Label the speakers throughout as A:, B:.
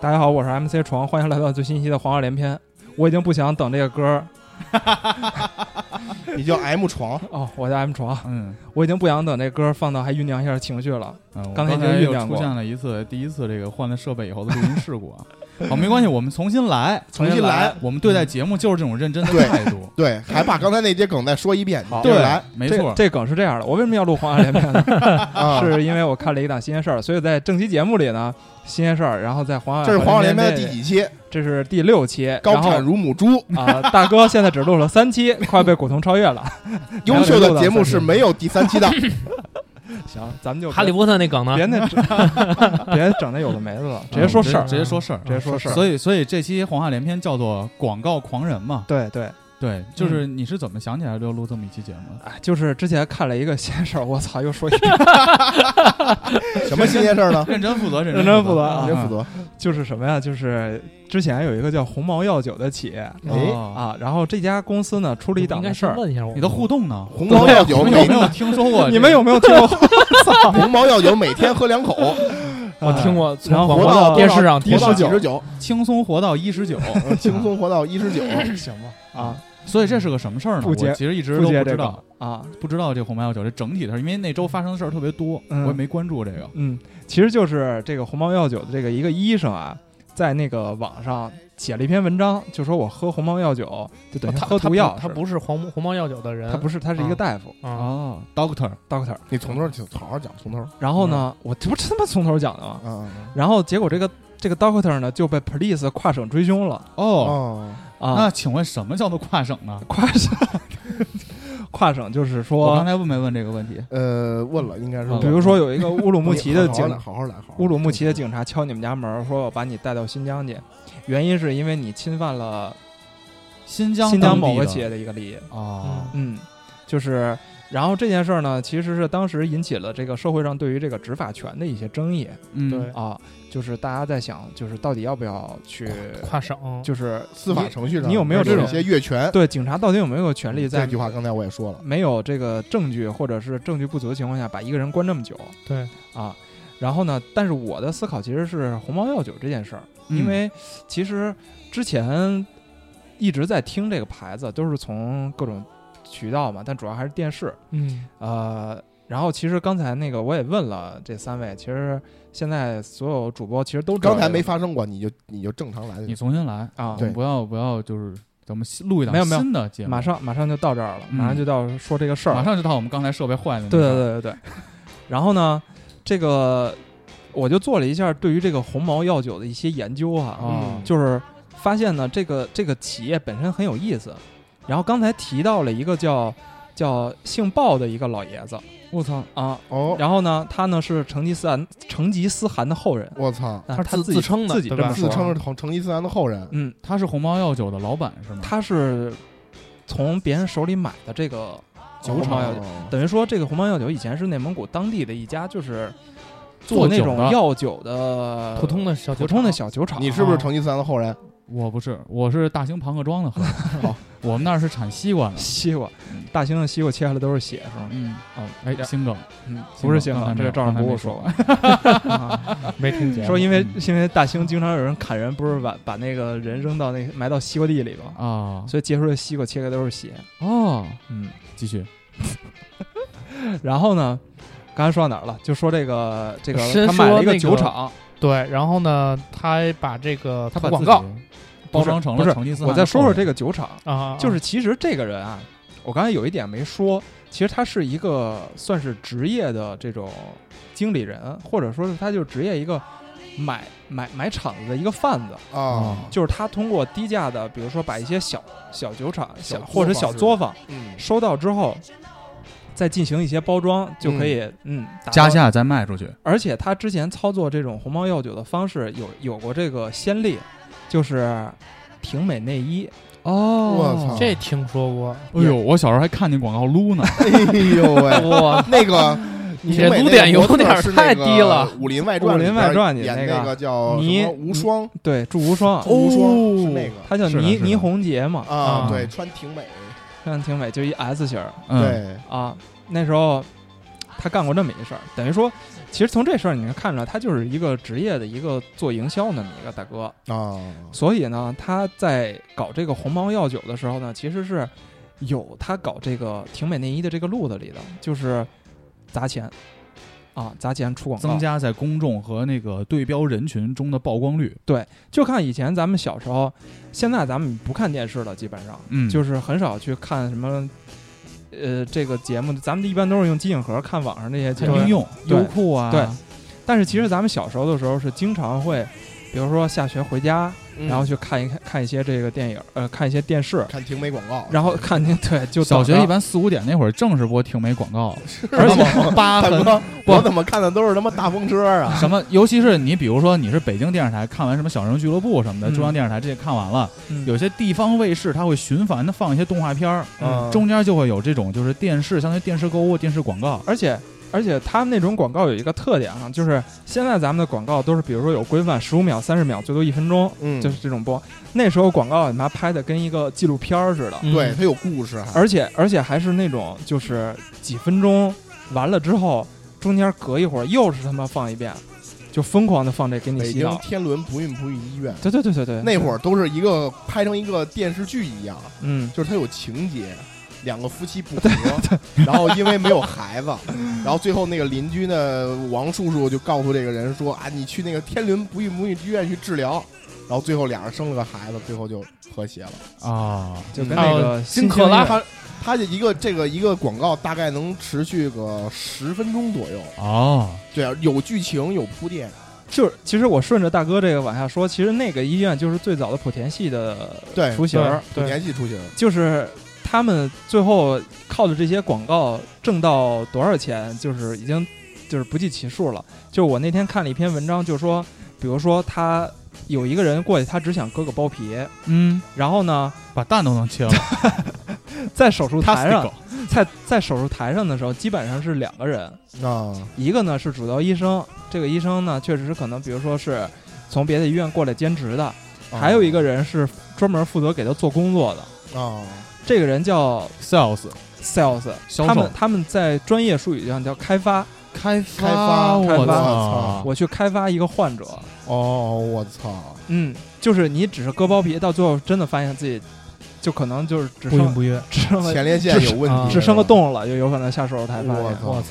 A: 大家好，我是 MC 床，欢迎来到最新一期的黄二连篇。我已经不想等这个歌儿
B: 你叫 M 床，
A: 哦，我叫 M 床，
C: 嗯，
A: 我已经不想等这歌儿放到还酝酿一下情绪了。
C: 嗯我
A: 刚才已经
C: 才
A: 酝
C: 又
A: 酿
C: 出
A: 过
C: 现了一次，第一次这个换了设备以后的录音事故啊。好，没关系，我们重新来，
B: 重新来。
C: 我们对
A: 嗯
C: 待节目就是这种认真的
B: 对
C: 态度。
B: 对，还把刚才那些梗再说一遍，
A: 好
B: 接着来
C: 对，没错。
A: 这这梗是这样的。我为什么要录黄二连篇呢？
B: 啊，
A: 是因为我看了一档新鲜事儿，所以在正期节目里呢，新鲜事儿，然后在黄二
B: 这是黄小连
A: 篇
B: 篇的第几期？
A: 这是第六期，
B: 高
A: 然后
B: 产如母猪，
A: 啊、大哥现在只录了三期， 快被古潼超越了。
B: 优秀的节目是没有第 三期的。
A: 行，咱们就
D: 哈利波特那梗呢
A: 别？那 别整那有的没的了，直接说事儿
C: 嗯
A: 嗯
C: 直，接说事儿
A: 直。接说事儿。
C: 所以，所以这期黄话连篇叫做“广告狂人”嘛。
A: 对对，
C: 对，就是
A: 嗯
C: 你是怎么想起来要录这么一期节目的？？
A: 哎，就是之前看了一个新鲜事儿，我操，又说一遍，
B: 什么新鲜事儿呢
C: 认真负责，认
A: 认
C: 真
A: 真负责啊
B: 别负责，
A: 就是什么呀？就是之前有一个叫红毛药酒的企业
C: 哎啊，
A: 啊，然后这家公司呢出了一档
D: 应
A: 子
D: 该
A: 事
D: 先
A: 儿，
D: 问一下我，
C: 你的互动呢？
B: 红毛药酒
C: 你们有
B: 每
C: 没有听说过？
A: 哎 你们有没有听过？
B: 红毛药酒每天 喝两口，
D: 我听过，从
A: 然后
D: 广
B: 活
A: 我
D: 播
B: 到
D: 电视上
B: 活
D: 听
B: 到
D: 过
B: 几 十九，
C: 轻松活到一十九？
B: 嗯轻松活到一十九。
A: 行吧？啊，
C: 所以这是个什么事儿呢？
A: 不
C: 我
A: 接
C: 其实一直
A: 不
C: 都
A: 接
C: 不
A: 这
C: 知
A: 个
C: 道，
A: 啊，
C: 不知道这红白药酒这整体的事儿，因为那周发生的事儿特别多，
A: 嗯
C: 我也没关注这个。
A: 嗯，其实就是这个红毛药酒的这个一个医生啊，在那个网上写了一篇文章，就说我喝红毛药酒就等于
D: 哦他
A: 喝毒药
D: 他
A: 似的，
D: 不是黄毛红毛药酒的人，
A: 嗯他不是，他是一个大夫
D: 啊，
C: 哦，Doctor，
A: doctor。
B: 你从头就好好讲，从头啊
A: 然后呢，我这不是他妈从头讲的吗？
B: 啊啊
A: 然后结果这个这个 doctor 呢就被 police 跨省追凶了
C: 哦，
B: 哦，
A: 啊，
C: 那请问什么叫做跨省呢？
A: 跨省跨省就是
C: 我刚
A: 说，
C: 才问没问这个问题？
B: 呃，问了，应该是问了
A: 比如说有一个乌鲁木齐的
B: 好好
A: 警
B: 来好好来，好好来嗯
A: 乌鲁木齐的警察敲你们家门，说我把你带到新疆去，原因是因为你侵犯了
C: 新疆
A: 新疆
C: 当地
A: 某个
C: 的
A: 企业的一个利益。
C: 哦，
A: 嗯，就是，然后这件事儿呢，其实是当时引起了这个社会上对于这个执法权的一些争议
C: 嗯，
D: 对
A: 啊，就是大家在想，就是到底要不要去，
D: 跨省，
A: 就是
B: 司法程序上，
A: 你有没有
D: 这种
B: 一些越权？
A: 对警察到底有没有权利
B: 嗯这
A: 在
B: 句话刚才我也说了，
A: 没有这个证据或者是证据不足的情况下，把一个人关这么久
D: 对，
A: 啊？然后呢，但是我的思考其实是红毛药酒这件事儿，
C: 嗯
A: 因为其实之前一直在听这个牌子，都是从各种渠道嘛，但主要还是电视。
D: 嗯，
A: 呃，然后其实刚才那个我也问了这三位，其实现在所有主播其实都知道
B: 刚才
A: 这个
B: 没发生过，你就你就正常来
C: 你
B: 就。
C: 重新来，
A: 啊，
B: 对
C: 不要不要，就是咱们新录一档
A: 没有没有
C: 新的节目，
A: 马上马上就到这儿了，
C: 嗯
A: 马上就到说这个事儿，
C: 马上就到我们刚才设备坏的那个，
A: 对对对对 对。然后呢，这个我就做了一下对于这个红毛药酒的一些研究啊，
C: 啊，
A: 就是发现呢，这个这个企业本身很有意思。然后刚才提到了一个叫叫姓鲍的一个老爷子
C: 我操，
A: 啊，
B: 哦，
A: 然后呢，他呢是成吉思汗成吉思汗的后人，
B: 我操，
A: 啊
D: 他
A: 他
D: 自
A: 己
D: 自称的
A: 自己这
D: 对
A: 么
D: 吧
A: 说
B: 自称是成成吉思汗的后人，
A: 嗯，
C: 他是红毛药酒的老板是吗？
A: 他是从别人手里买的这个酒厂药酒，
B: 哦
A: 等于说这个红毛药酒以前是内蒙古当地的一家就是做
C: 做
A: 那
C: 酒
A: 种
C: 的
A: 药酒的
D: 呃普通的小
A: 普通的 小酒厂。
B: 你是不是成吉思汗的后人？
C: 我不是，我是大兴庞各庄的喝， 好，我们那儿是产西瓜的，
A: 西瓜
C: 嗯，
A: 大猩猩西瓜切下来都是血，是吗？
C: 嗯，
A: 啊，
C: 哎，新梗，
A: 嗯，不是
C: 行
A: 腥
C: 刚
A: 啊，
C: 才
A: 这个
C: 没有
A: 赵尚
C: 刚才
A: 博
C: 没
A: 我说
C: 说
A: 过。啊
D: 没听节
A: 说因为
C: 嗯
A: 因为大兴经常有人砍人，不是把把那个人扔到那埋到西瓜地里吗？
C: 啊，
A: 所以结出的西瓜切开都是血。
C: 哦，
A: 嗯，
C: 继续，
A: 然后呢，刚才说到哪儿了？就说这个这个
D: 先
A: 他买了一
D: 说那
A: 酒
D: 个
A: 厂，
D: 对，然后呢，他把这个
C: 他
D: 投
C: 把
D: 广
C: 自
D: 告
C: 己包装成
A: 不是
C: 了成吉思汗。
A: 我再说说这，个酒厂，
D: 啊，
A: 就是其实这个人啊，我刚才有一点没说，其实他是一个算是职业的这种经理人，或者说是他就是职业一个买买买厂子的一个贩子，
B: 啊，
A: 就是他通过低价的，比如说把一些小小酒厂、
B: 小
A: 小
B: 作坊
A: 或者小作坊
B: 嗯，
A: 收到之后，再进行一些包装，就可以嗯达到
C: 加价再卖出去。
A: 而且他之前操作这种红毛药酒的方式有有过这个先例，就是婷美内衣。
C: 哦
B: 我操
D: 啊这听说过，
C: 哎呦，我小时候还看见广告撸 呢。
B: 哎 呦喂，
D: 哇，
B: 那个。
D: 你
B: 评
D: 这
B: 委
D: 污
B: 那
D: 点
B: 个
D: 有
B: 模特
D: 点
B: 是
D: 太
B: 那
D: 低
B: 个
D: 了
B: 《武林外传》
A: 武林
B: 里
A: 外
B: 边
A: 传里
B: 演
A: 那
B: 那
A: 个
B: 个叫什
A: 倪
B: 么无双，
A: 对，祝无双，啊
C: 哦
B: 无双是那个
A: 他叫
C: 是的
A: 倪
C: 是的
A: 倪虹洁嘛，
B: 啊，
D: 啊
B: 对，穿挺美，
A: 山挺美，就一 S 型儿
C: 嗯，
B: 对，
A: 啊。那时候他干过那么一事儿，等于说，其实从这事儿你能看出来，他就是一个职业的一个做营销那么一个大哥。
B: 啊，
A: 所以呢，他在搞这个鸿茅药酒的时候呢，其实是有他搞这个挺美内衣的这个路子里的，就是砸钱啊，砸钱出广告
C: 增，加在公众和那个对标人群中的曝光率。
A: 就看以前咱们小时候，现在咱们不看电视了，基本上，
C: 嗯
A: 就是是很少去看什么，呃，这个节目，咱们一般都是用机顶盒看网上那些节
C: 看
A: 目
C: 应，用、
A: 对
C: 优酷啊，
A: 对但是其实咱们小时候的时候是经常会，比如说下学回家，嗯
C: 嗯
A: 然后去看一看看一些这个电影，呃，看一些电视。
B: 嗯看婷美广告，
A: 然后看 您对，就
C: 小
A: 等
C: 学
A: 着
C: 一般四五点那会儿正是播婷美广告，
A: 而 且
B: 大
C: 疤痕
B: 哥，
C: 不
B: 我怎么看的都是他妈大风车啊！
C: 什么，尤其是你比如说你是北京电视台看完什么小人物俱乐部什么的，
A: 嗯
C: 中央电视台这些看完了，
A: 嗯
C: 有些地方卫视它会循繁的放一些动画片儿，
B: 嗯
C: 中间就会有这种就是电视，相当于电视购物、电视广告。
A: 而且而且他们那种广告有一个特点啊，就是现在咱们的广告都是比如说有规范，十五秒、三十秒，最多一分钟，
B: 嗯，
A: 就是这种播。那时候广告你妈拍的跟一个纪录片儿似的，
D: 嗯
B: 对，他有故事啊还，
A: 而且而且还是那种就是几分钟完了之后，中间隔一会儿又是他妈放一遍，就疯狂的放这给你
B: 北
A: 洗
B: 京
A: 脑。
B: 天伦不孕不育医院。
A: 对对对对对，
B: 那会儿都是一个拍成一个电视剧一样，
A: 嗯，
B: 就是它有情节，两个夫妻不和，然后因为没有孩子，然后最后那个邻居呢，王叔叔就告诉这个人说啊，你去那个天伦不孕不育医院去治疗，然后最后俩人生了个孩子，最后就和谐了。
C: 啊，
A: 就跟
B: 还
A: 那
D: 有
A: 个
D: 嗯哦金
A: 新
D: 克拉
A: 天
B: 他他这一个这个一个广告大概能持续个十分钟左右，
C: 哦，
B: 对啊，有剧情有铺垫，
A: 就是其实我顺着大哥这个往下说，其实那个医院就是最早的莆田系的
B: 对
A: 雏形儿，
B: 有
D: 对
B: 年纪出行，
A: 就是他们最后靠着这些广告挣到多少钱，就是已经就是不计其数了。就我那天看了一篇文章，就说，比如说他有一个人过去，他只想割个包皮，
C: 嗯，
A: 然后呢，
C: 把蛋都能 切了，
A: 在手术台上
C: Tastico，
A: 在在手术台上的时候，基本上是两个人，
B: 啊，
A: 一个呢是主刀医生，这个医生呢确实是可能，比如说是从别的医院过来兼职的，还有一个人是专门负责给他做工作的，
B: 啊，
A: 这个人叫
C: sales
A: sales，
C: 销售
A: 他们他们在专业术语上叫开发。
C: 开
B: 发开发
A: 开
C: 我
A: 发
C: 操，
A: 我去开发一个患者，
B: 哦，我操，
A: 嗯，就是你只是割包皮，到最后真的发现自己就可能就是只
D: 不孕
A: 剩
D: 不育，
A: 只
C: 呃
A: 剩个
B: 前列腺有问
D: 啊
B: 题，
A: 只剩个洞了，就有可能下手术台发
B: 我
A: 现
B: 操
D: 我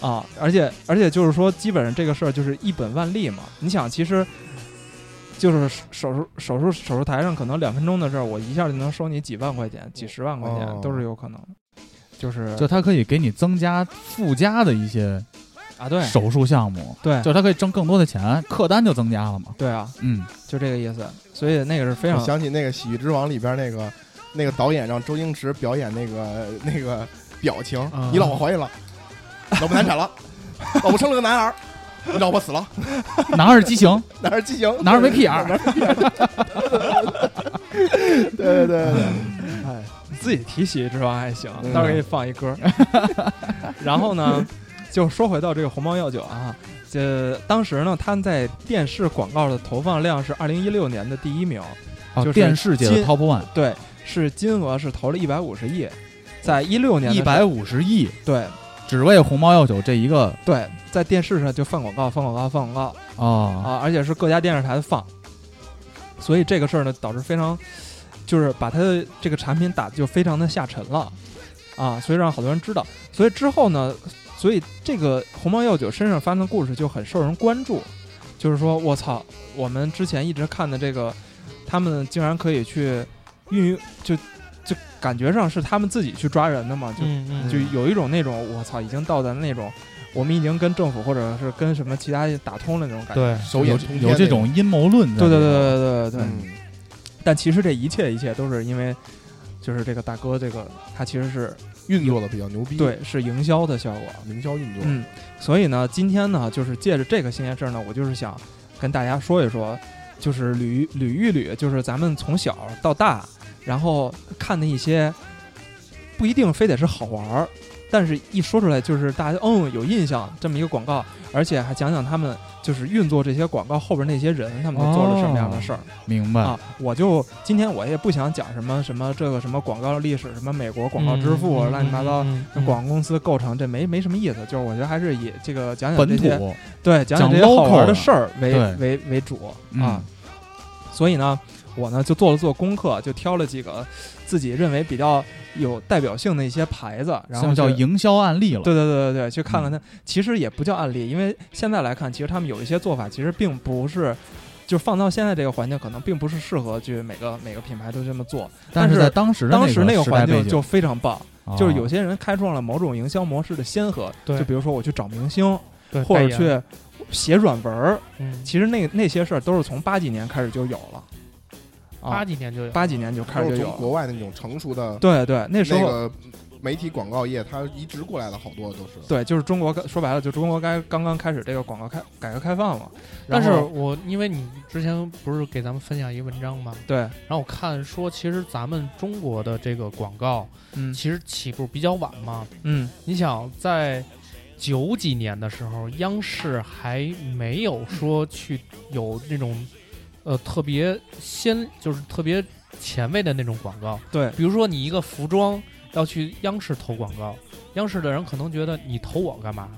D: 操，
A: 啊！而且而且就是说，基本上这个事儿就是一本万利嘛。你想，其实就是手术手术手术台上可能两分钟的事儿，我一下就能收你几万块钱、几十万块钱
B: 哦
A: 都是有可能的。就是
C: 就它可以给你增加附加的一些
A: 啊，对
C: 手术项目，
A: 对
C: 就是它可以挣更多的钱，客单就增加了嘛。
A: 对啊，
C: 嗯，
A: 就这个意思。所以那个是非常
B: 我想起那个《喜剧之王》里边那个那个导演让周星驰表演那个那个表情，
D: 啊
B: 你老婆怀孕了，老婆难产了，老婆生了个男孩儿，你老婆死了，
C: 哪儿是 畸形，
B: 男孩儿畸形，
C: 哪儿没 PR，
B: 对对对对对，
C: 嗯
A: 哎，你自己提喜剧之王还行
B: 嗯，
A: 到时候给你放一歌。 然后呢，就说回到这个鸿茅药酒啊，这当时呢，他们在电视广告的投放量是二零一六年的第一名，
C: 哦
A: 就是
C: 电视界的
A: 金
C: Top One，
A: 对，是金额是投了一百五十亿，在一六年的
C: 一
A: 时候
C: 百五十亿，
A: 对
C: 只为鸿茅药酒这一个
A: 对，在电视上就放广告，放广告，放广告，
C: 哦，
A: 啊，而且是各家电视台放，所以这个事儿呢，导致非常，就是把它的这个产品打得就非常的下沉了，啊，所以让好多人知道，所以之后呢，所以这个鸿茅药酒身上发生的故事就很受人关注，就是说我操，我们之前一直看的这个，他们竟然可以去运用，就就感觉上是他们自己去抓人的嘛，就
D: 嗯嗯
A: 就有一种那种我操，已经到咱们那种，我们已经跟政府或者是跟什么其他打通了那种感觉。
D: 对，
B: 手
C: 有
B: 眼
C: 这
B: 通天
C: 有这种阴谋论在
A: 对对
C: 里
A: 对
C: 面，
A: 对对对对。
B: 嗯
A: 但其实这一切一切都是因为，就是这个大哥这个他其实是
B: 运作的比较牛逼，，
A: 对是营销的效果。
B: 营销运作，
A: 嗯，所以呢，今天呢，就是借着这个新鲜事儿呢，我就是想跟大家说一说，就是捋捋一捋，就是咱们从小到大，然后看的一些，不一定非得是好玩儿，但是一说出来就是大家嗯有印象这么一个广告，而且还讲讲他们就是运作这些广告后边那些人他们都做了什么样的事儿、
C: 明白
A: 啊。我就今天我也不想讲什么什么这个什么广告历史，什么美国广告之父
D: 嗯
A: 乱七八糟。
D: 嗯嗯
A: 跟广告公司构成，这没没什么意思，就是我觉得还是以这个讲讲
C: 本
A: 这些
C: 土
A: 对讲
C: 讲
A: 这些好
C: local
A: 玩
C: 的
A: 的事儿为
C: 对
A: 为为主啊
C: 嗯。
A: 所以呢，我呢就做了做功课，就挑了几个自己认为比较有代表性的一些牌子，然后
C: 像叫
A: 去
C: 营销案例了，
A: 对对对对对，去看看它。其实也不叫案例，因为现在来看，其实他们有一些做法，其实并不是。就放到现在这个环境，可能并不是适合去每个每个品牌都这么做。
C: 但
A: 是
C: 在当时的
A: 当时那
C: 个
A: 个
C: 时代
A: 环
C: 背
A: 境
C: 景哦
A: 就非常棒，就是有
C: 些
A: 些人开创了某种营销模式的先河。
D: 对
A: 就比如说我去找明星，
D: 对
A: 或者
D: 代言
A: 去写软文儿，
D: 嗯
A: 其实那那些事儿都是从八几年开始就有了，
D: 八
A: 啊，
D: 几年就有，
A: 八几年就开始
B: 都
A: 就是有
B: 从国
A: 了。
B: 外那种成熟的
A: 对对，那时
B: 那
A: 候
B: 个媒体广告业，它移植过来的好多都是。
A: 对，就是中国说白了，就中国该刚刚开始这个广告开改革开放嘛。然
D: 但是
A: 后
D: 我因为你之前不是给咱们分享一文章吗？
A: 对，
D: 然后我看说，其实咱们中国的这个广告
A: 嗯
D: 其实起步比较晚嘛。
A: 嗯，
D: 你想，在九几年的时候，央视还没有说去有那种呃特别先就是特别前卫的那种广告，
A: 对
D: 比如说你一个服装要去央视投广告，央视的人可能觉得你投我干嘛？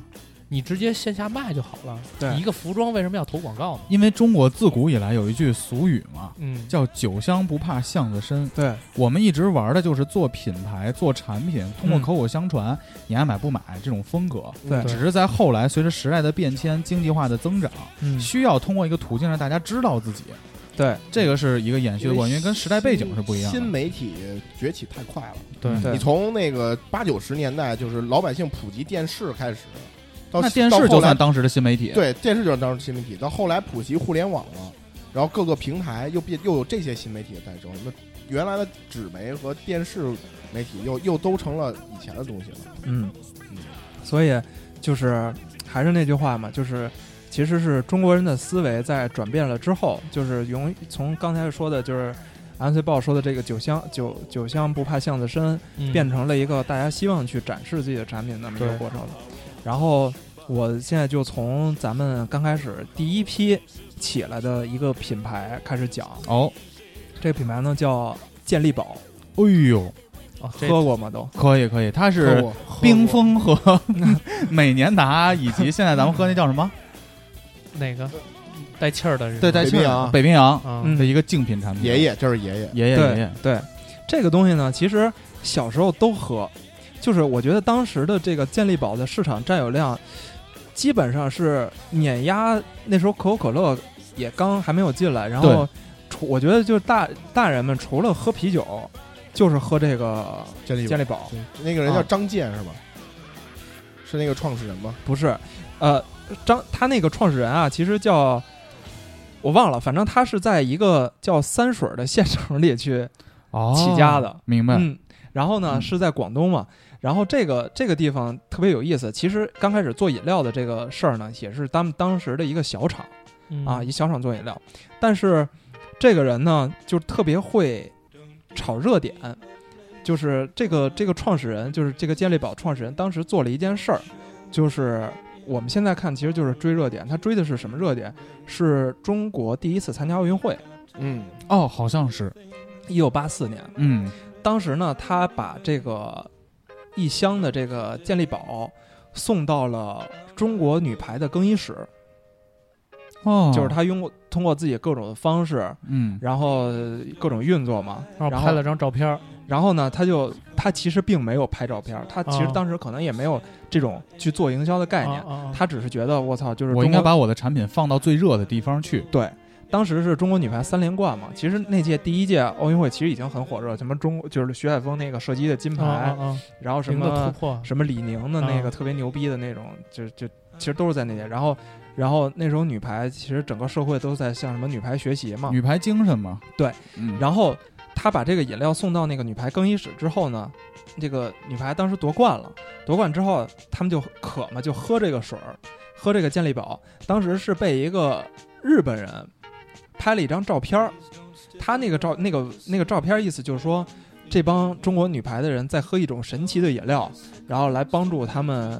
D: 你直接线下卖就好了。
A: 对
D: 你一个服装为什么要投广告呢？
C: 因为中国自古以来有一句俗语嘛，
D: 嗯，
C: 叫“酒香不怕巷子深
A: 对”。
C: 我们一直玩的就是做品牌、做产品，通过
A: 嗯
C: 口口相传，你爱买不买这种风格。
A: 对
D: 对
C: 只是在后来随着时代的变迁、经济化的增长，
A: 嗯
C: 需要通过一个途径让大家知道自己，
A: 对
C: 这个是一个延续的过程，因为跟时代背景是不一样
B: 新
C: 的。嗯
B: 媒体崛起太快了，
D: 对
A: 对
B: 你从那个八九十年代就是老百姓普及电视开始，到
C: 那电
B: 到
C: 视
B: 后
C: 就
B: 来
C: 算当时的新媒体，
B: 对电视就是当时新媒体，到后来普及互联网了，然后各个平台又变又有这些新媒体的诞生，那原来的纸媒和电视媒体又又都成了以前的东西了。
A: 嗯，所以就是还是那句话嘛，就是其实是中国人的思维在转变了之后，就是由从刚才说的，就是安随报说的这个酒香酒酒香不怕巷子深，
D: 嗯
A: 变成了一个大家希望去展示自己的产品那么一个
D: 对
A: 过程了。然后我现在就从咱们刚开始第一批起来的一个品牌开始讲，
C: 哦，
A: 这个品牌呢叫健力宝，
C: 哎呦，
D: 哦，这
A: 喝过吗都？
C: 可以可以，它是
B: 我
C: 冰峰和 美年达，以及现在咱们喝那叫什么？
D: 哪个带气儿的人？
C: 对，带
B: 北
C: 气
B: 冰
C: 儿的
B: 洋
C: 北冰洋
D: 嗯，
A: 嗯
C: 的一个竞品产品。
B: 爷爷，这是爷爷，
C: 爷爷
A: 对
C: 爷爷，
A: 对，这个东西呢，其实小时候都喝，就是我觉得当时的这个健力宝的市场占有量，基本上是碾压那时候可口可乐也刚还没有进来，然后
C: 对
A: 除我觉得就是大大人们除了喝啤酒，就是喝这个
B: 这里有
A: 健力宝，
B: 对那个人叫
A: 啊
B: 张健是吧？是那个创始人吗？
A: 不是，呃，张他那个创始人啊，其实叫。我忘了，反正他是在一个叫三水儿的县城里去
C: 哦
A: 起家的，
C: 明白？
A: 嗯，然后呢
C: 嗯
A: 是在广东嘛，然后这个这个地方特别有意思。其实刚开始做饮料的这个事儿呢，也是他们当时的一个小厂
D: 嗯
A: 啊，一小厂做饮料，但是这个人呢就特别会炒热点。就是这个这个创始人，就是这个健力宝创始人，当时做了一件事儿，就是我们现在看，其实就是追热点。他追的是什么热点？是中国第一次参加奥运会，
B: 嗯，
C: 哦，好像是，
A: 一九八四年。
C: 嗯，
A: 当时呢，他把这个一箱的这个健力宝送到了中国女排的更衣室，
C: 哦，
A: 就是，他用过通过自己各种的方式，
C: 嗯，
A: 然后呃各种运作嘛，
C: 哦
D: 然
A: 然
D: 后
A: 后
D: 拍了张照片儿，
A: 然后呢，他就他其实并没有拍照片儿，他其实
C: 哦
D: 啊
A: 当时可能也没有这种去做营销的概念，
D: 啊，
A: 他只是觉得我操，就是
C: 哦我应
A: 中
C: 该
A: 国
C: 把我的产品放到最热的地方去。
A: 对。当时是中国女排三连冠嘛，其实那届第一届奥运会其实已经很火热，什么中就是徐海峰那个射击的金牌，
D: 啊
C: 哦
D: 啊啊啊，
A: 然后什
D: 零的
A: 么
D: 突破，
A: 什么李宁的那个
D: 啊
A: 特别牛逼的那种，就就其实都是在那些。然后，然后那时候女排其实整个社会都在向什么女排学习嘛。
C: 女排精神嘛，
A: 啊对
C: 嗯，
A: 然后他把这个饮料送到那个女排更衣室之后呢，这个女排当时夺冠了，夺冠之后他们就渴嘛，就喝这个水儿，喝这个健力宝。当时是被一个日本人拍了一张照片儿，他那个照那个那个照片儿意思就是说。这帮中国女排的人在喝一种神奇的饮料，然后来帮助他们，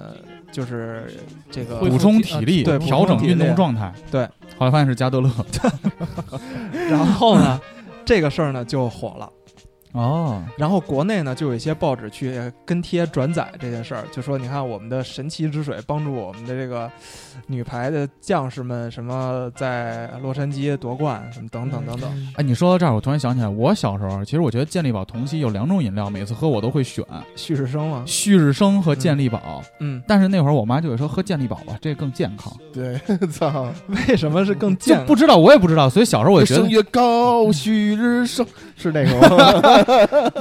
A: 就是这个
D: 恢
C: 补
D: 复
C: 充
D: 体
C: 体力，
A: 对
C: 调
A: 补充
C: 整
A: 体
C: 运
A: 力
C: 动状态。
A: 对，
C: 后来发现是加德勒。
A: 然后呢，这个事儿呢就火了。
C: 哦，
A: 然后国内呢，就有一些报纸去跟贴转载这件事儿，就说你看我们的神奇之水帮助我们的这个女排的将士们什么在洛杉矶夺冠什么等等 等等。
D: 嗯
C: 哎，你说到这儿，我突然想起来，我小时候其实我觉得健力宝同期有两种饮料，每次喝我都会选
A: 旭日升嘛，
C: 旭日升和健力宝。
A: 嗯，
C: 但是那会儿我妈就会说喝健力宝吧，这更健康。
B: 对， 操，
A: 为什么是更
C: 就
A: 健
C: 不知道，我也不知道，所以小时候我
B: 越
C: 就觉
B: 升
C: 得，
B: 越 高，旭日升，是那个吗？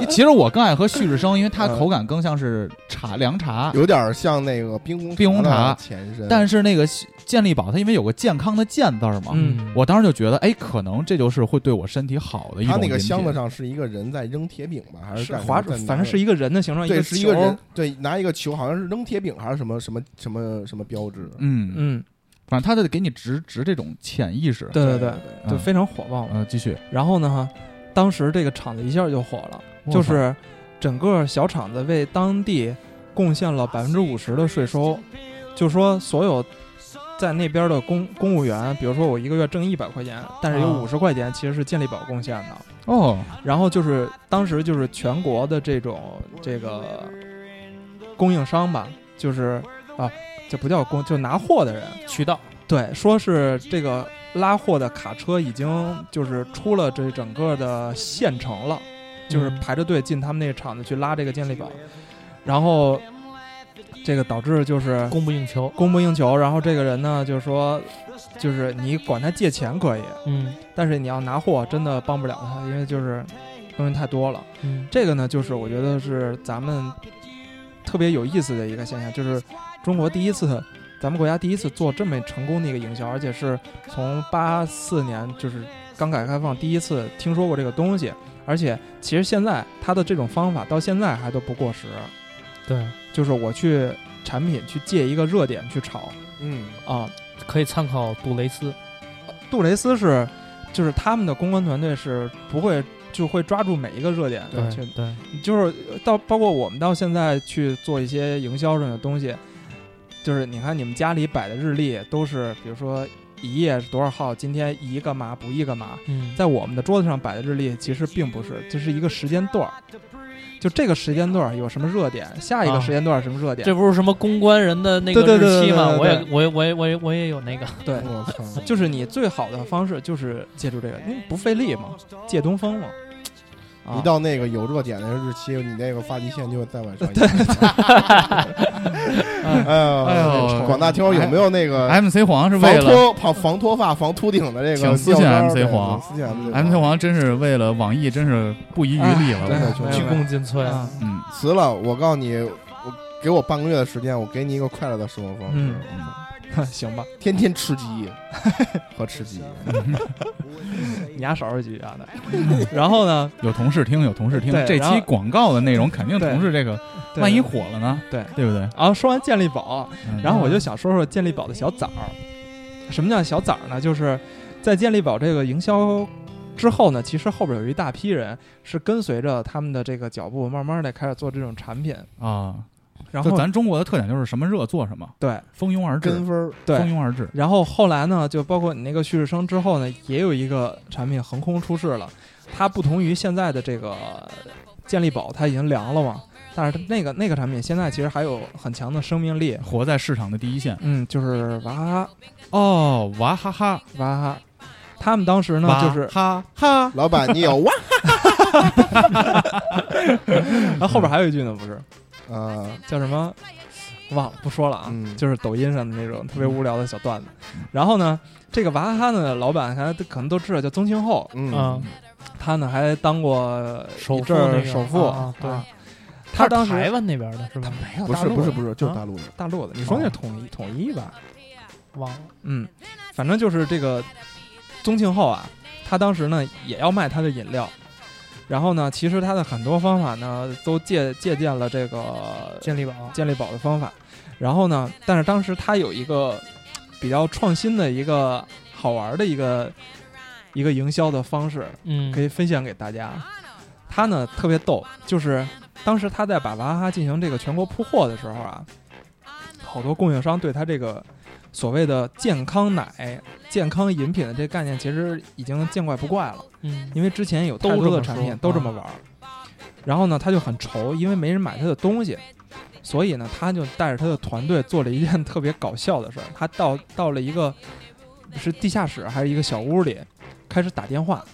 C: 其实我更爱喝旭日升，因为它
B: 嗯
C: 口感更像是茶凉茶。
B: 有点像那个冰红
C: 冰红茶
B: 的前身，
C: 但是那个健力宝，它因为有个健康的健字儿嘛，
A: 嗯
C: 我当时就觉得，哎，可能这就是会对我身体好的一种
B: 它那
C: 饮品。
B: 个箱子上是一个人在扔铁饼吧，还
A: 是
B: 干什么
A: 滑
B: 在拿着
A: 反正是一个人的形状，
B: 对，
A: 个
B: 是一个
A: 球
B: 人，对，拿一个球，好像是扔铁饼还是什么什么什么什么标志。
C: 嗯，
A: 嗯，
C: 反正它得给你植植这种潜意识。
A: 对对
B: 对
A: 对，
C: 嗯
A: 就非常火爆嘛。
C: 呃，继续，
A: 然后呢，当时这个厂子一下就火了，就是整个小厂子为当地贡献了百分之五十的税收，就说所有在那边的公公务员，比如说我一个月挣一百块钱，但是有
D: 啊
A: 五十块钱其实是健力宝贡献的。
C: 哦，
A: 然后就是当时就是全国的这种这个供应商吧，就是啊，这不叫供，就拿货的人，
D: 渠道
A: 对，说是这个拉货的卡车已经就是出了这整个的县城了，就是
D: 嗯
A: 排着队进他们那个厂子去拉这个健力宝，然后这个导致就是
D: 供不应求。
A: 供不应求，然后这个人呢就说，就是你管他借钱可以，
D: 嗯
A: 但是你要拿货真的帮不了他，因为就是东西太多了。
D: 嗯，
A: 这个呢，就是我觉得是咱们特别有意思的一个现象，就是中国第一次，咱们国家第一次做这么成功的一个营销，而且是从八四年就是刚改革开放第一次听说过这个东西，而且其实现在它的这种方法到现在还都不过时，
D: 对，
A: 就是我去产品去借一个热点去炒
B: 嗯，
A: 啊，
D: 可以参考杜蕾斯。
A: 杜蕾斯是就是他们的公关团队是不会就会抓住每一个热点
D: 对
A: 去
D: 对，
A: 就是到包括我们到现在去做一些营销上的东西，就是你看你们家里摆的日历都是，比如说一页多少号，今天一干嘛不一干嘛，
D: 嗯，
A: 在我们的桌子上摆的日历其实并不是，这是一个时间段儿，就这个时间段儿有什么热点，下一个
D: 啊
A: 时间段儿什么热点，
D: 这不是什么公关人的那个
A: 对对对
D: 日期吗？
A: 对对
D: 我也
A: 对
D: 我也我也我也我也有那个。
A: 对，
B: 我操，
A: 就是你最好的方式就是借助这个，你不费力嘛，借东风嘛，啊
B: 一到那个有热点的日期，你那个发际线就会再往上移。 哎
C: 哎
B: 呦，
C: 呦
B: 广大听友有没有那个
C: MC 黄是为
B: 防
C: 了
B: 脱防防脱发、防秃顶的这个
C: 请私信
B: 妙招
C: MC
B: 对
C: 黄
B: 私信 MC
C: MC 黄，真是为了网易，真是不遗余力了。
A: 哎
C: 我感觉
A: 对没 有
D: 鞠
A: 没有
D: 躬尽瘁。
A: 啊
C: 嗯，
B: 辞了。我告诉你，我给我半个月的时间，我给你一个快乐的生活方式，
A: 嗯 行吧，
B: 天天吃鸡和吃鸡。
A: 你丫少数几啊的，然后呢，
C: 有同事听，有同事听
A: 对，
C: 这
A: 然后
C: 期广告的内容肯定
A: 对
C: 同事这个，
A: 对
C: 万一火了呢？
A: 对
C: 对不对？
A: 然后说完健力宝，
C: 嗯
A: 然后我就想说说健力宝的小崽儿。什么叫小崽儿呢？就是在健力宝这个营销之后呢，其实后边有一大批人是跟随着他们的这个脚步，慢慢的开始做这种产品。
C: 啊，
A: 然
C: 就
A: 后
C: 咱中国的特点就是什么热做什么，
A: 对
C: 蜂拥而至，
B: 跟风儿
C: 蜂
A: 对，
C: 拥而至。
A: 然后后来呢，就包括你那个旭日升之后呢，也有一个产品横空出世了。它不同于现在的这个健力宝，它已经凉了嘛，但是它那个那个产品现在其实还有很强的生命力。
C: 活在市场的第一线
A: 嗯，就是娃哈
C: 哦，娃哈哈，
A: 娃哈哈，他们当时呢
C: 娃
A: 就是
C: 哈哈，
B: 老板，你有啊哇
A: 然后后边还有一句呢，不是
B: 啊？
A: 叫什么？忘了不说了啊，
B: 嗯
A: 就是抖音上的那种特别无聊的小段子。然后呢，这个娃哈哈呢，老板大家可能都知道叫宗庆后，
B: 嗯
D: 嗯，
A: 他呢还当过
D: 首
A: 一
D: 富
A: 阵儿
D: 那个
A: 首富
D: 啊啊
A: 啊
D: 他
A: 他
D: 是
A: 当
D: 台
A: 时
D: 湾那边的是吧？
A: 没有
B: 不
A: 大
B: 是
A: 陆的
B: 不是不哦是，就是
D: 啊
B: 大陆的。
A: 大陆的，你说那是统一统一吧？
D: 忘了。
A: 嗯，反正就是这个宗庆后啊，他当时呢也要卖他的饮料，然后呢，其实他的很多方法呢都借借鉴了这个
D: 健力宝
A: 健力宝的方法。然后呢，但是当时他有一个比较创新的一个好玩的一个一个营销的方式，
D: 嗯，
A: 可以分享给大家。他呢特别逗，就是当时他在把娃哈哈进行这个全国铺货的时候啊，好多供应商对他这个所谓的健康奶、健康饮品的这概念，其实已经见怪不怪了。
D: 嗯，
A: 因为之前有
D: 都
A: 太多
D: 这
A: 的
D: 么
A: 产
D: 说啊
A: 品都这么玩儿，然后呢，他就很愁，因为没人买他的东西，所以呢，他就带着他的团队做了一件 特别搞笑的事儿，他到到了一个是地下室还是一个小屋里，开始打电话，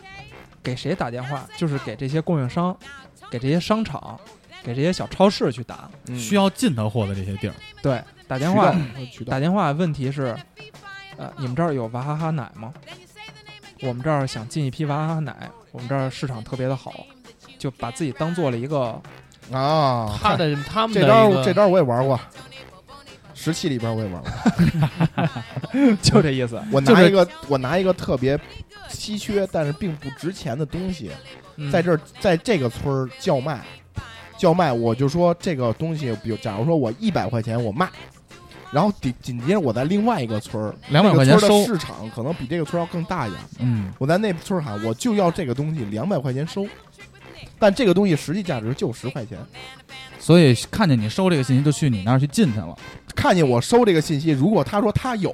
A: 给谁打电话？就是给这些供应商，给这些商场，给这些小超市去打，
B: 嗯
C: 需要进到货的这些地儿，
A: 对，打电
B: 渠
A: 话
B: 道渠道
A: 打电话问题是，呃，你们这儿有娃哈哈奶吗？我们这儿想进一批娃哈哈奶，我们这儿市场特别的好，就把自己当做了一 个
B: 啊，
D: 他的他们的
B: 这招
D: 一个
B: 这招我也玩过，石器里边我也玩过。
A: 就这意思，
B: 我
A: 就
B: 拿
A: 是
B: 一个我拿一个特别稀缺但是并不值钱的东西，
A: 嗯
B: 在这儿在这个村儿叫卖，叫卖我就说这个东西，比如假如说我一百块钱我卖，然后紧紧接着我在另外一个村儿，
C: 两百
B: 那
C: 块
B: 个
C: 钱
B: 村儿的，
C: 收
B: 市场可能比这个村儿要更大一点，
C: 嗯，
B: 我在那村儿喊我就要这个东西两百块钱收，但这个东西实际价值就十块钱。
C: 所以看见你收这个信息就去你那儿去进去了，
B: 看见我收这个信息，如果他说他有，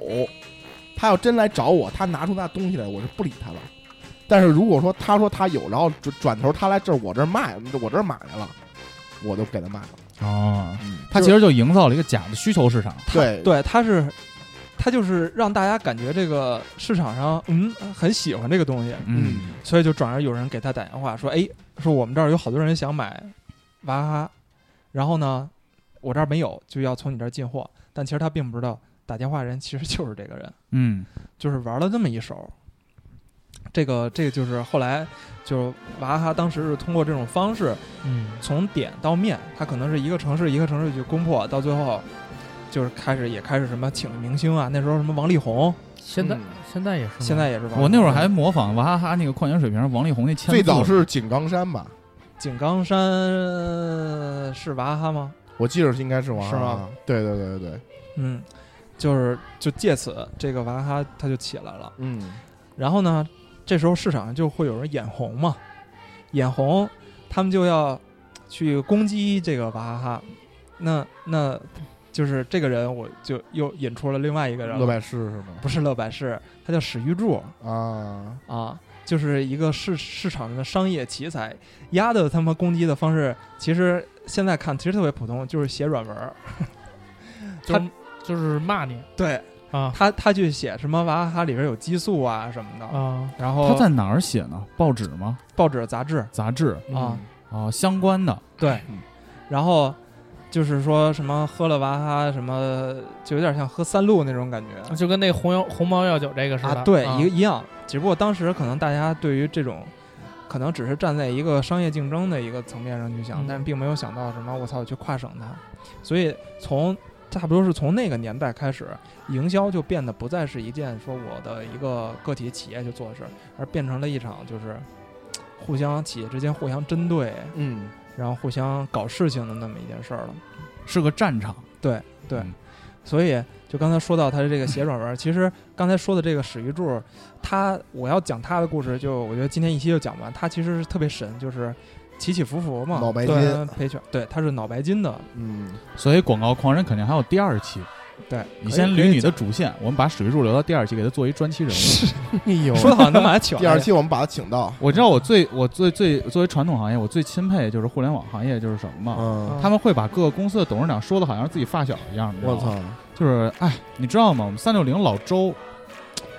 B: 他要真来找我，他拿出他东西来，我是不理他了。但是如果说他说他有，然后转转头他来这儿我这儿卖，我这儿买来了，我就给他卖了。
C: 哦，他
B: 就
C: 其实就营造了一个假的需求市场，
B: 对
A: 对，它是，它就是让大家感觉这个市场上嗯很喜欢这个东西，
C: 嗯，
A: 所以就转而有人给他打电话说，哎，说我们这儿有好多人想买娃哈哈，然后呢，我这儿没有，就要从你这儿进货，但其实他并不知道打电话人其实就是这个人。
C: 嗯，
A: 就是玩了这么一手。这个这个就是后来就是娃哈哈当时是通过这种方式
D: 嗯
A: 从点到面，它可能是一个城市一个城市去攻破，到最后就是开始也开始什么请明星啊，那时候什么王力宏，
D: 现在、
B: 嗯
D: 现在也是吗，
A: 现在也是王力宏
C: 我那会儿还模仿娃哈哈那个矿泉水瓶王力宏那签字，
B: 最早是井冈山吧，
A: 井冈山是娃哈哈吗？
B: 我记得是应该是王
A: 是吗？
B: 对对对对对，
A: 嗯，就是就借此这个娃哈哈它就起来了。
B: 嗯，
A: 然后呢，这时候市场上就会有人眼红嘛，眼红，他们就要去攻击这个娃哈哈。那那就是这个人，我就又引出了另外一个人了，
B: 乐百氏是吗？
A: 不是乐百氏，他叫史玉柱
B: 啊，
A: 啊，就是一个市市场上的商业奇才。丫的他妈攻击的方式，其实现在看其实特别普通，就是写软文儿。
D: 就
A: 他
D: 就是骂你
A: 对
D: 啊
A: 他，他去写什么娃哈哈里边有激素啊什么的，
D: 啊
A: 然后
C: 他在哪儿写呢？报纸吗？
A: 报纸杂志
C: 杂志
A: 啊，
C: 哦，相关的，
A: 对
B: 嗯，
A: 然后就是说什么喝了娃哈哈什么，就有点像喝三鹿那种感觉
D: 啊就跟那红药红毛药酒这个似的，
A: 啊，对，
D: 啊
A: 一个一样。只不过当时可能大家对于这种，可能只是站在一个商业竞争的一个层面上去想，
D: 嗯
A: 但并没有想到什么我操去跨省它，所以从。差不多是从那个年代开始，营销就变得不再是一件说我的一个个体企业去做的事儿，而变成了一场就是互相企业之间互相针对，
B: 嗯，
A: 然后互相搞事情的那么一件事儿了。
C: 是个战场，
A: 对对
C: 嗯
A: 所以就刚才说到他的这个写软文儿，其实刚才说的这个史玉柱，他我要讲他的故事就，我觉得今天一期就讲完。他其实是特别神，就是起起伏伏嘛，
B: 脑白金
A: 对赔钱，对，他是脑白金的，
B: 嗯，
C: 所以广告狂人肯定还有第二期。
A: 对，
C: 你先
A: 可以
C: 捋 你的主线，我们把水柱留到第二期，给他做一专期人物。
B: 哎呦
A: 说的好像能把他请来
B: 第二期我们把他请到，
C: 我知道我最我最最作为传统行业，我最钦佩就是互联网行业就是什么嘛？
B: 嗯，
C: 他们会把各个公司的董事长说的好像是自己发小一样，你知道
B: 我
C: 吗
B: 操，
C: 就是哎，你知道吗？我们三六零老周，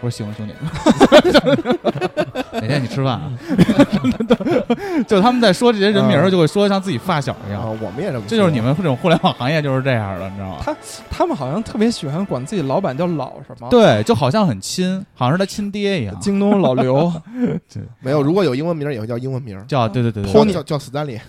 C: 我说行兄弟， 哪天你吃饭啊？ 就他们在说这些人名儿，就会说得像自己发小一
B: 啊，
C: 样。
B: 我们也这么说，
C: 这就是你们这种互联网行业就是这样的，你知道吗？
A: 他们好像特别喜欢管自己老板叫老什么，，
C: 对，就好像很亲，好像是他亲爹一样，
A: 京东老刘
B: 没有，如果有英文名儿也会叫英文名儿。
C: 叫对对对对，
B: 叫叫叫斯丹 利，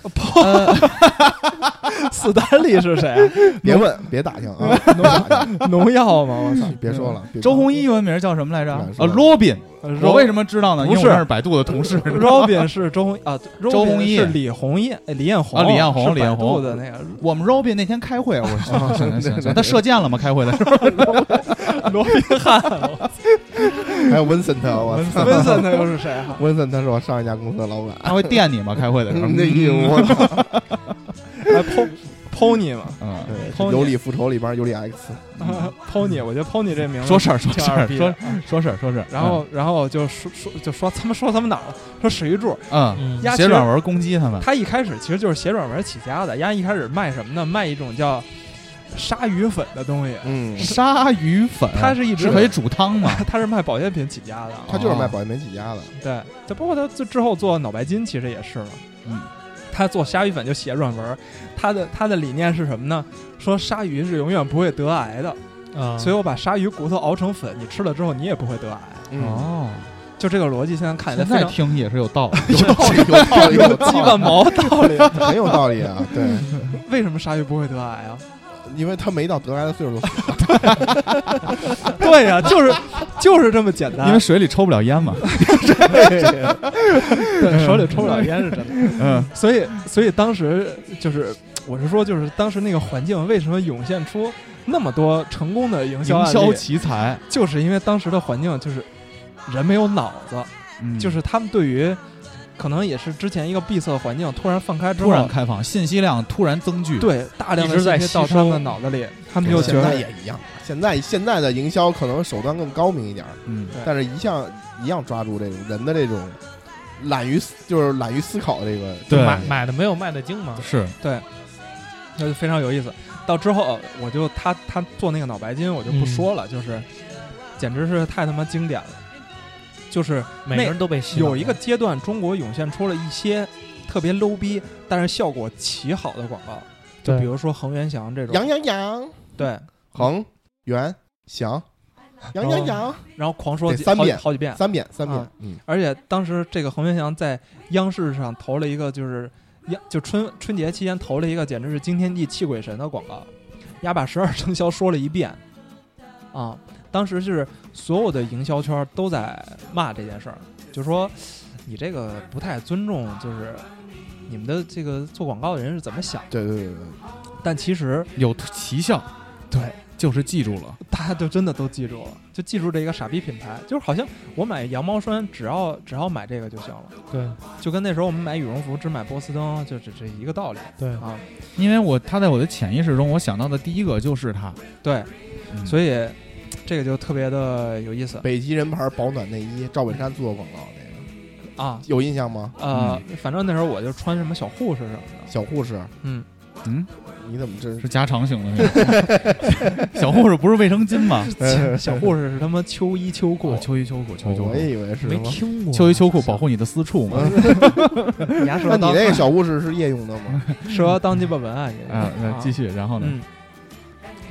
A: 斯丹利是谁？啊
B: 别问，别打听 啊，别打听
A: 农药吗？我操！
B: 别说了。别
C: 周鸿祎原名叫什么来着
B: 不敢？说
C: 呃，
B: 了
C: 罗宾。我为
A: 么
C: 什么知道呢？因
A: 不
C: 为
A: 是
C: 我那是百度的同事。
A: Robin 是周鸿啊？
C: 周鸿祎
A: 是李红艳，哎李艳红
C: 啊李艳红
A: 是
C: 李艳
A: 百度
C: 红
A: 的那个
C: 我们 Robin 那天开会，我说行行行行，他射箭了吗？开会的时候，
A: 罗宾汉，
B: 还有 Vincent，我啊操
A: 温森他又是谁 啊？
B: ，Vincent 他是我上一家公司的老板。
C: 他会电你吗？开会的时候，
B: 那一
C: 嗯
B: 我操，
A: 还 Po Pony 哎嘛
C: 嗯，
B: 对，
A: Pony
B: 有理复仇里边有理 X，
C: 嗯
A: ，Pony，我觉得 Pony 这名字
C: 说事儿说
A: 挺
C: 事
A: 二
C: 儿嗯
A: 逼
C: 说
A: 的。
C: 说事儿说事儿，
A: 然后，然后就说说就说他们说他们哪儿了？说史玉柱，
C: 嗯，
D: 嗯，
A: 压
C: 写软文攻击他们，
A: 他一开始其实就是写软文起家的。丫一开始卖什么呢？卖一种叫鲨鱼粉的东西，
B: 嗯，
C: 鲨鱼粉，
A: 它是一直
C: 是可以煮汤吗？
A: 他是卖保健品起家的啊。
B: 他
C: 哦
B: 就是卖保健品起家的，
A: 对，就包括他之之后做脑白金，其实也是嘛。
C: 嗯，
A: 他做鲨鱼粉就写软文儿，他的他的理念是什么呢？说鲨鱼是永远不会得癌的，
C: 嗯
D: 啊，
A: 所以我把鲨鱼骨头熬成粉，你吃了之后你也不会得癌。
B: 嗯，
C: 哦，
A: 就这个逻辑，现在看起来
C: 现
A: 非
C: 在
A: 常
C: 听也是有道理，
B: 有道理，有道理，有道
A: 基本毛道理。
B: 理， 很有道理啊，对，
C: 嗯
A: 为什么鲨鱼不会得癌啊？
B: 因为他没到得癌的岁数，
A: 对呀、就是 就是这么简
C: 因
A: 单
C: 为。水里抽不了烟嘛。
A: 对，手里抽不了烟是真的。
C: 嗯，
A: 所以所以当时就是，我是说，就是当时那个环境为什么涌现出那么多成功的营销
C: 营
A: 案
C: 销
A: 例，
C: 奇才，
A: 就是因为当时的环境就是人没有脑子，
C: 嗯
A: 就是他们对于可能也是之前一个闭塞的环境突然放开之
C: 突然
A: 后，
C: 开放，信息量突然增巨。，
A: 对大量的
D: 一直在
A: 信息到
D: 吸收
A: 他们的脑子里，他们就觉
B: 现在
A: 得
B: 也一样。现在现在的营销可能手段更高明一点儿，
C: 嗯，
A: 对
B: 但是一向一样抓住这种人的这种懒于思就是懒于思考的这个
C: 对
D: 买买的没有卖的精嘛，
C: 是，
A: 那就非常有意思。到之后，我就他他做那个脑白金，我就不说了，就是简直是太他妈经典了。就是
D: 每个人都被洗脑了
A: 有一个阶段，中国涌现出了一些特别 low 逼，但是效果奇好的广告，就
D: 对
A: 比如说恒源祥这种，
B: 羊羊羊
A: 对，
B: 恒源祥羊
D: 哦
B: 羊羊
A: 然后狂说
B: 得
A: 几
B: 三
A: 好几
B: 遍
A: 好几遍，
B: 三遍三遍
A: 啊，
B: 嗯，
A: 而且当时这个恒源祥在央视上投了一个，就是央就春春节期间投了一个，简直是惊天地泣鬼神的广告，丫把十二生肖说了一遍，啊，当时就是所有的营销圈都在骂这件事儿，就说你这个不太尊重，就是你们的这个做广告的人是怎么想的，
B: 对对对对对，
A: 但其实
C: 有奇效，
A: 对，
C: 就是记住了。
A: 大家就真的都记住了，就记住这一个傻逼品牌，就是好像我买羊毛衫只要只要买这个就行了。
D: 对
A: 就跟那时候我们买羽绒服只买波司登，就只这一个道理
D: 对，
C: 嗯
A: 啊。
C: 因为我他在我的潜意识中，我想到的第一个就是他，
A: 对，所
B: 嗯
C: 以
A: 以嘖这个就特别的有意思
B: 北极人牌保暖内衣，赵本山做过广告那个
A: 啊。
B: 有印象吗？
A: 呃，
C: 嗯
A: 反正那时候我就穿什么小护士什么的，
B: 小护士，
A: 嗯，
C: 嗯
B: 你怎么真
C: 是
B: 是
C: 加长型的那种。 小护士不是卫生巾 吗？
A: 小小护士是他妈秋衣秋裤
C: 哦， 秋衣秋裤，秋衣秋
B: 我
C: 裤，
B: 也以为是
D: 没
B: 什么嗯
D: 听过
C: 秋衣秋裤保护你的私处嘛。
A: 你还适
B: 那
A: 合
B: 你
A: 当
B: 那个小护士是夜用的吗？
A: 适合当鸡巴文案，你
B: 嗯
A: 这
C: 啊，那继
A: 续
C: 续，然后呢？
A: 嗯。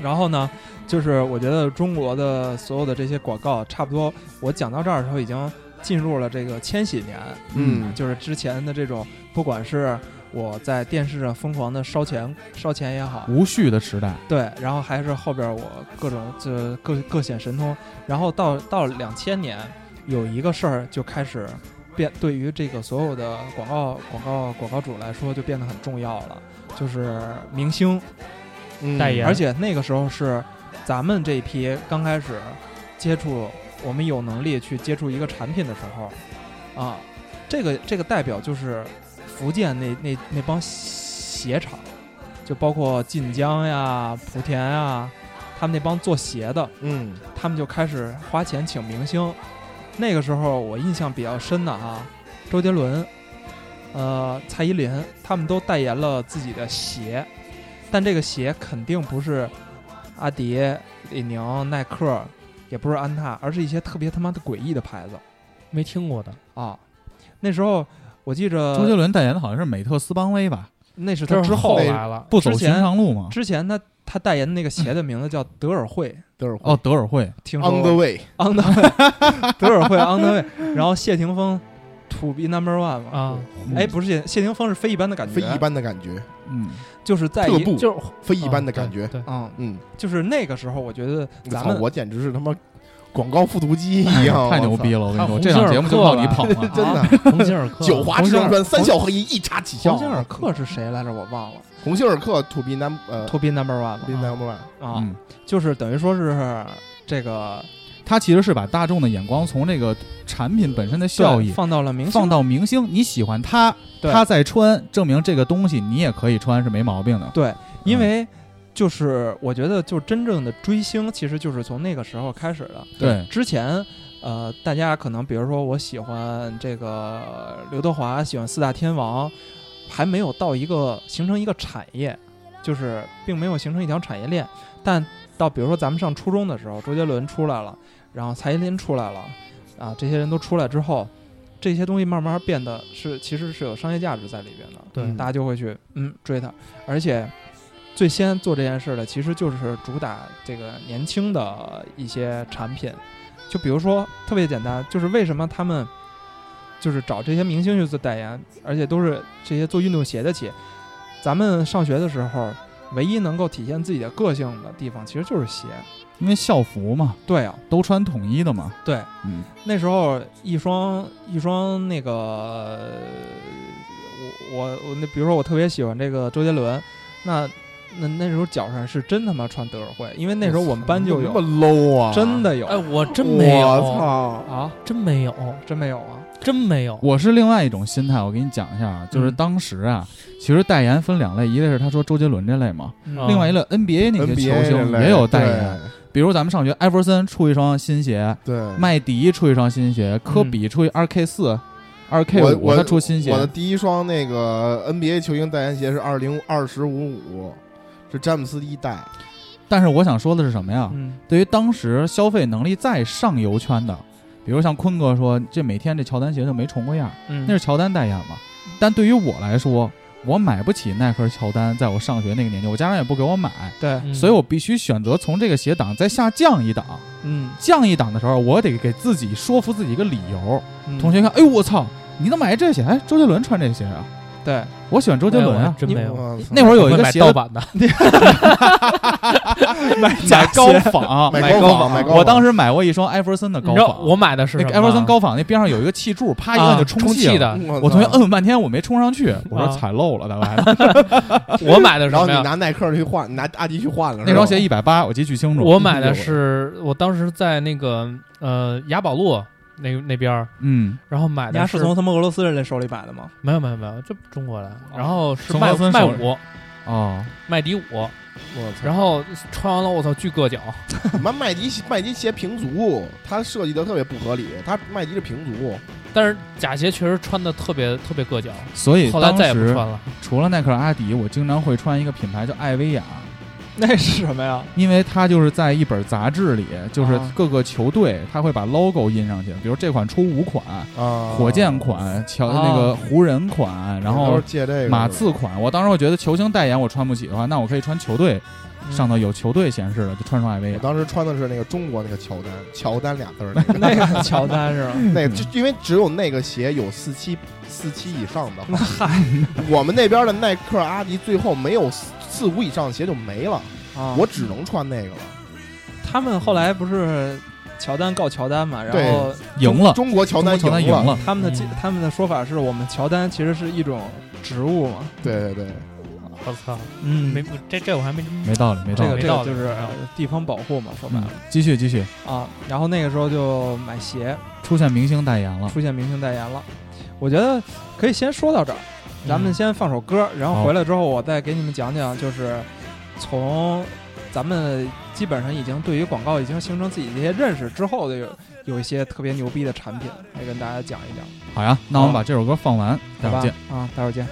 A: 然后呢，就是我觉得中国的所有的这些广告，差不多我讲到这儿的时候，已经进入了这个千禧年，
B: 嗯
A: 就是之前的这种，不管是我在电视上疯狂的烧钱烧钱也好，
C: 嗯无序的时代，
A: 对，然后还是后边我各种这各各显神通，然后到到两千年有一个事儿就开始变，对于这个所有的广告广告广告主来说就变得很重要了，就是明星，
B: 嗯
D: 代言
A: 而且那个时候是咱们这一批刚开始接触，我们有能力去接触一个产品的时候，啊，这个这个代表就是福建那那那帮鞋厂，就包括晋江呀、莆田呀，他们那帮做鞋的，
B: 嗯，
A: 他们就开始花钱请明星。那个时候我印象比较深的啊，周杰伦，呃，蔡依林，他们都代言了自己的鞋，但这个鞋肯定不是阿迪、李宁、耐克，也不是安踏，而是一些特别他妈的诡异的牌子
D: 没听过的，
A: 啊。那时候我记
C: 周杰
A: 着，
C: 伦代言的好像是美特斯邦威吧？
A: 那是他
D: 这是
A: 之
D: 后
A: 后，
D: 来了，
C: 不走
A: 之
C: 寻
A: 前
C: 常路吗？
A: 之前他他代言的那个鞋的名字叫德尔惠，
B: 都是嗯
C: 哦，德尔惠，
A: 听说过
B: on the way，
A: on the way，德尔惠 on the way，然后谢霆锋 to be number one 嘛，
D: 啊，
A: 哎，不是谢谢霆锋是非一般的感觉，
B: 非一般的感觉，
C: 嗯，
A: 就是在
B: 特
A: 一
B: 步
D: 就是
B: 非一般的感觉
D: 啊，对，对
A: 嗯，
B: 嗯，
A: 就是那个时候我觉得咱
B: 操
A: 们
B: 我简直是他妈广告复读机一
C: 哎呀
B: 样，
C: 太牛逼
B: 了！。
C: 了！啊我跟
D: 看鸿星
C: 你说，这档
D: 尔
C: 节目就
D: 克
C: 靠你
D: 吧
C: 捧了
B: 真的，
D: 鸿星尔 克，
B: 九华
A: 鸿
B: 之
A: 星尔
B: 声传三
A: 鸿
B: 笑合一，一茶起效。
A: 鸿星尔克是谁来着？我忘了
B: 鸿星尔克 to be number 呃
C: 啊
A: ，to be number one
B: to be
A: 嘛
B: number one，
A: 啊，
C: 嗯，
A: 就是等于说是这个
C: 它其实是把大众的眼光从这个产品本身的效益
A: 放到了明星
C: 放到明星，你喜欢他，
A: 对
C: 他在穿，证明这个东西你也可以穿是没毛病的。
A: 对，因为就是我觉得，就是真正的追星，其实就是从那个时候开始的。
C: 对
A: 之前，呃，大家可能比如说我喜欢这个刘德华，喜欢四大天王，还没有到一个形成一个产业，就是并没有形成一条产业链。但到比如说咱们上初中的时候，周杰伦出来了，然后蔡依林出来了，啊，这些人都出来之后。这些东西慢慢变得是，其实是有商业价值在里边的。
D: 对
A: 大家就会去嗯追他，而且最先做这件事的其实就是主打这个年轻的一些产品，就比如说特别简单，就是为什么他们就是找这些明星去做代言，而且都是这些做运动鞋的企业。咱们上学的时候，唯一能够体现自己的个性的地方，其实就是鞋。
C: 因为校服嘛，
A: 对啊，
C: 都穿统一的嘛。
A: 对，
C: 嗯，
A: 那时候一双一双那个，呃我我我那比如说我特别喜欢这个周杰伦，那那那时候脚上是真他妈穿德尔惠，因为那时候我们班就
B: 那么
A: 有，
B: low 啊！
A: 真的有
D: 哎，我真没有，
B: 我操！
A: 啊，
D: 真没有，
A: 真没有啊，
D: 真没有。
C: 我是另外一种心态，我给你讲一下啊，就是
A: 嗯
C: 当时啊，其实代言分两类，一类是他说周杰伦这类嘛，
D: 啊
C: 另外一类 NBA 那些
B: NBA 这
C: 球星
B: 类
C: 也有代言，，比如咱们上学，艾弗森出一双新鞋，
B: 对，对
C: 麦迪出一双新鞋，科比出一二 K 四、二 K
B: 我
C: 五，
B: 我
C: 他出新鞋
B: 我。的第一双那个 NBA 球星代言鞋是二零二十五五，是詹姆斯一代。
C: 但是我想说的是什么呀？
B: 啊
A: 嗯，
C: 对于当时消费能力在上游圈的，比如像坤哥说，这每天这乔丹鞋就没重过样，
A: 嗯
C: 那是乔丹代言嘛。但对于我来说，我买不起耐克乔丹，在我上学那个年纪，我家长也不给我买，
A: 对，
D: 嗯
C: 所以我必须选择从这个鞋档再下降一档。
A: 嗯，
C: 降一档的时候，我得给自己说服自己一个理由。
A: 嗯
C: 同学看，哎呦我操，你能买这鞋？哎，周杰伦穿这鞋啊，
A: 对，
C: 我喜欢周杰伦
D: 没有
C: 啊
D: 哎还。真没有。
B: 我操
C: 那会儿有一
D: 会
C: 个
D: 买
C: 鞋
D: 盗版的，
A: 买
C: 买高
A: 鞋，
C: 仿， 啊
B: 买高
C: 高
B: 仿买高仿
C: 我当时买过一双艾弗森的
D: 你
C: 高
D: 知道
C: 仿，
D: 我买的是
C: 那
D: 什
C: 个
D: 么？
C: 艾弗森高仿那边上有一个气 柱，啪一摁
D: 啊
C: 就
D: 充
C: 气了。
D: 的，
B: 我
C: 我同学
B: 操
C: 摁了半天，我没冲上 去，我说
D: 啊
C: 踩漏了， 大概
D: 我买的是什
B: 然后
D: 么
B: 你
D: 呀？
B: 拿耐克去换，拿阿迪去换了
C: 那双鞋
B: 一
C: 一百八，我记得巨清楚。
D: 我买的是我当时在那个呃雅宝路那那边儿，
C: 嗯，
D: 然后买
A: 你
D: 的
A: 还是从他们俄罗斯人这手里买的吗？
D: 没有没有没有，就中国的，然后是
C: 从
D: 麦
C: 高分
D: 麦
C: 手
D: 五
C: 哦，
D: 麦迪五，
B: 我操！
D: 然后穿完了我操巨硌脚，
B: 他妈麦迪鞋麦迪鞋平足，它设计的特别不合理，它麦迪是平足，
D: 但是假鞋确实穿的特别特别硌脚，
C: 所以
D: 后来
C: 当
D: 再也不
C: 时
D: 穿了。
C: 除了耐克、阿迪，我经常会穿一个品牌叫艾薇娅，
A: 那是什么呀？
C: 因为它就是在一本杂志里，就是
A: 啊
C: 各个球队，它会把 logo 印上去，比如这款出五款，
B: 啊
C: 火箭
D: 哦
C: 款、乔
A: 啊
C: 那个湖人款，然
B: 都
C: 后
B: 是借这个
C: 马刺款。我当时我觉得球星代言我穿不起的话，那我可以穿球队上头有球队显示的，就穿上艾薇
B: 我
C: 娅。
B: 当时穿的是那个中国那个乔丹，乔丹俩字儿那个，
A: 嗯 那个乔丹是吧？
B: 那个就因为只有那个鞋有四七四七以上的，
A: 那嗨
B: 我们那边的耐克、阿迪最后没有四四五以上的鞋就没了，
A: 啊，
B: 我只能穿那个了。
A: 他们后来不是乔丹告乔丹嘛，然
B: 对
A: 后
C: 赢了，
B: 中国乔
C: 中
B: 丹
C: 国乔丹赢
B: 了，
C: 了。
A: 他们的解
D: 嗯
A: 他们的说法是我们乔丹其实是一种植物嘛，
B: 对对对，
D: 我操，
A: 嗯
D: 没这这我还没
C: 没道理，没道
A: 这
C: 理。嗯
A: 个
D: 没
A: 这
D: 道
A: 个
D: 理啊嗯
A: 就是
D: 没道理
A: 地方保护嘛，说白了、
C: 继续继续，
A: 啊。然后那个时候就买鞋，
C: 出现明星代言
D: 嗯
C: 了。
A: 出现明星代言了。我觉得可以先说到这儿，咱
D: 嗯
A: 们先放首歌，然后
C: 好
A: 回来之后我再给你们讲讲，就是从咱们基本上已经对于广告已经形成自己的一些认识之后的有有一些特别牛逼的产品，来跟大家讲一讲，
C: 好呀，那我们把这首歌放完，待
A: 好
C: 会儿
A: 吧
C: 见。？
A: 啊，待会儿见。